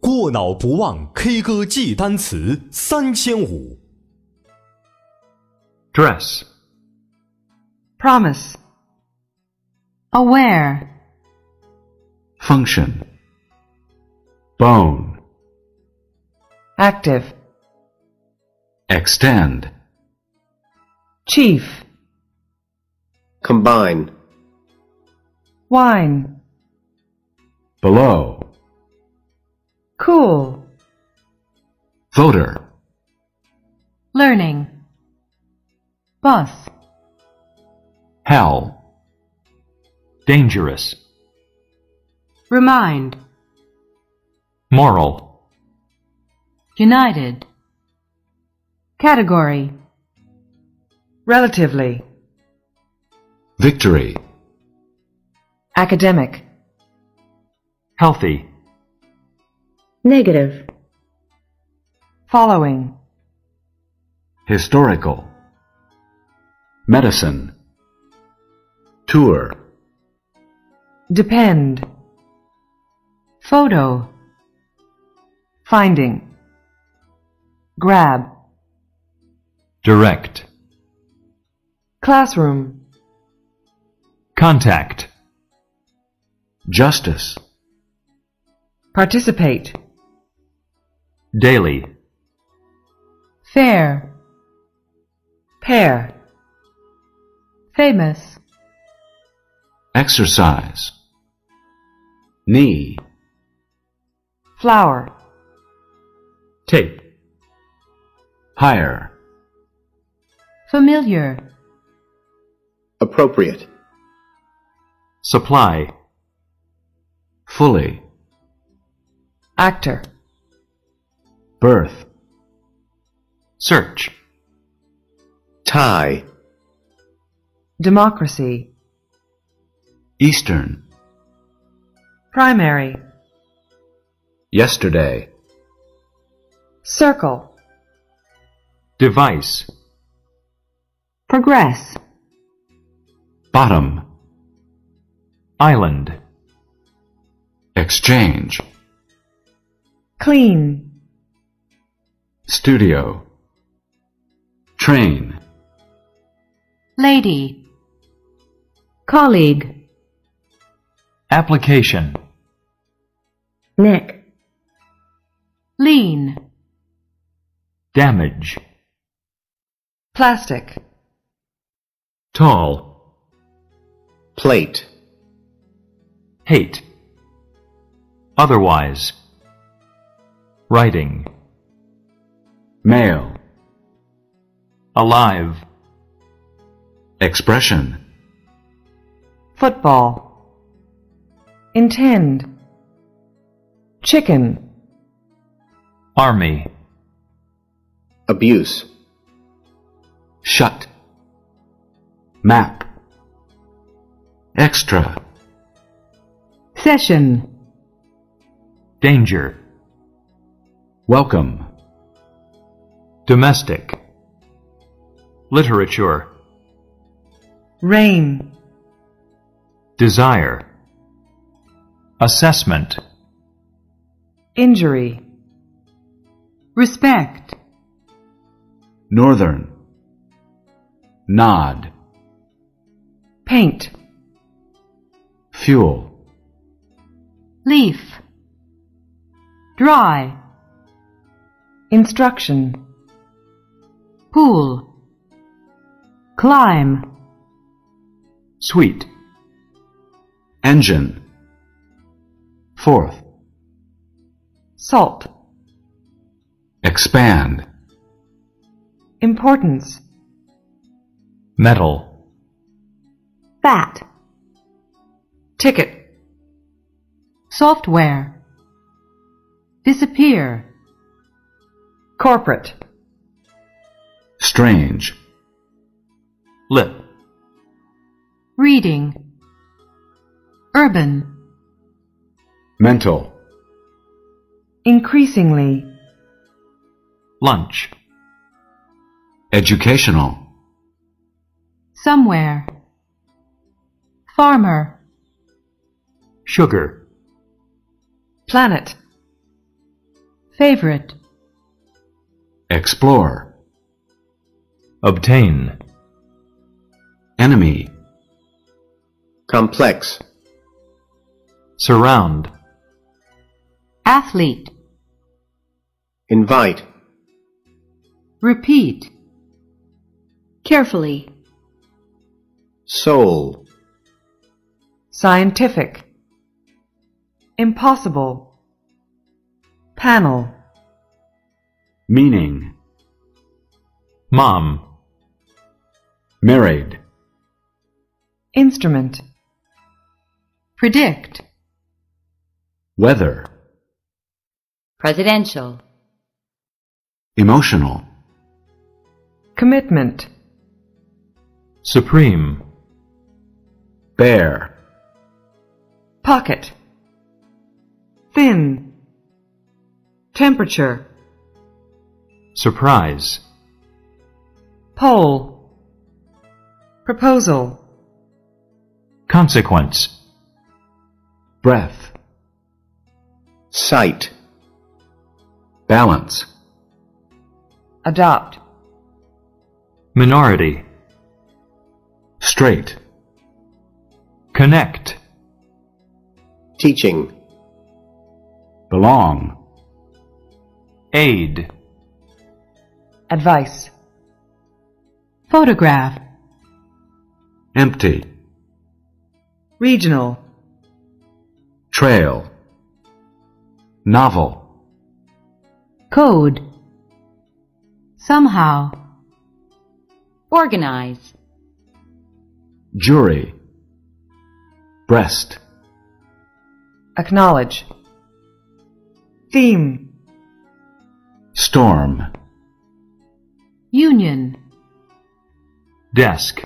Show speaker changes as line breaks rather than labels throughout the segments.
过脑不忘 K 歌记单词三千五。
dress,
promise, aware,
function, bone,
active,
extend,
chief,
combine,
wine,
below,
cool,
voter,
learning, bus,
hell, dangerous,
remind,
moral,
united, category, relatively,
victory,
academic,
healthy,
negative, following,
historical, medicine, tour,
depend, photo, finding, grab,
direct,
classroom.
contact, justice,
Participate.
daily,
Fair. Pair. Famous.
exercise, knee,
Flower.
tape, higher,
Familiar.
appropriate,
supply, fully,
Actor.
birth, search,
tie,
Democracy.
eastern,
Primary.
yesterday,
Circle.
device,
Progress.
bottom, island, exchange,
Clean.
studio, train,
Lady. Colleague.
application,
Nick. Lean.
damage,
Plastic.
tall,
plate,
hate, otherwise, writing, male, alive, expression.
Football. Intend. Chicken.
Army.
abuse,
Shut. Map. Extra.
Session.
Danger. Welcome. Domestic. Literature.
Rain.
Desire. Assessment.
Injury. Respect.
Northern. Nod.
Paint.
Fuel.
Leaf. Dry. Instruction. Pool. Climb.
Sweet. Engine. Fourth.
Salt.
Expand.
Importance.
Metal.
Fat. Ticket. Software. Disappear. Corporate.
Strange. Lip.
Reading. Urban.
Mental.
Increasingly.
Lunch. Educational.
Somewhere. Farmer.
Sugar.
Planet. favorite,
explore, obtain, enemy,
complex,
surround,
athlete,
invite,
repeat. Carefully,
soul,
scientific, impossible, panel,
meaning, mom, married,
instrument, predict,
weather,
presidential,
emotional,
commitment,
supreme, bear,
pocket, thin, temperature,
surprise,
poll, proposal,
consequence, breath,
sight,
balance,
adopt,
minority, straight, connect,
teaching,
belong, aid,
advice, photograph,
empty,
regional,
trail, novel.
code, somehow,
organize,
jury, breast,
acknowledge, theme,
storm,
union,
desk,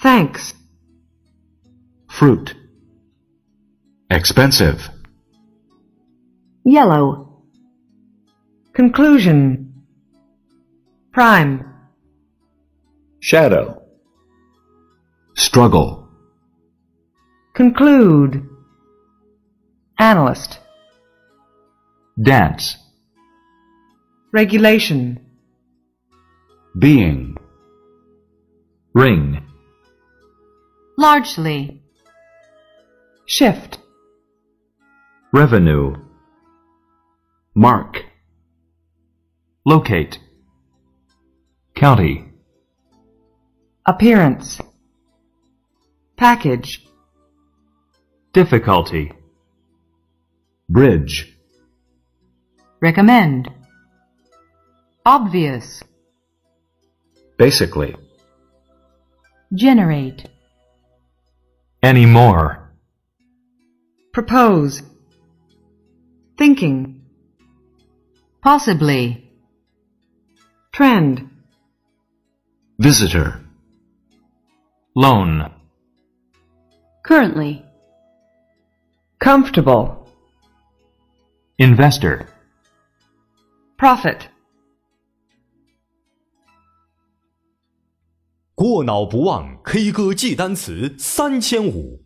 thanks,
fruit, expensive,
yellow, conclusion, prime,
shadow,
struggle,
conclude, analyst,
dance,
regulation,
being, ring,
largely, shift,
revenue, mark, locate, county,
appearance, package,
difficulty, bridge,
recommend, obvious,
basically,
generate,
anymore,
propose, thinking, possibly, trend,
visitor, loan,
currently,
comfortable,
investor.
profit.
过脑不忘 K 歌记单词三千五，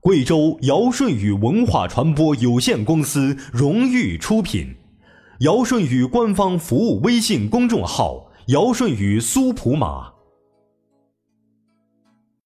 贵州尧舜禹文化传播有限公司荣誉出品，尧舜禹官方服务微信公众号：尧舜禹苏普码。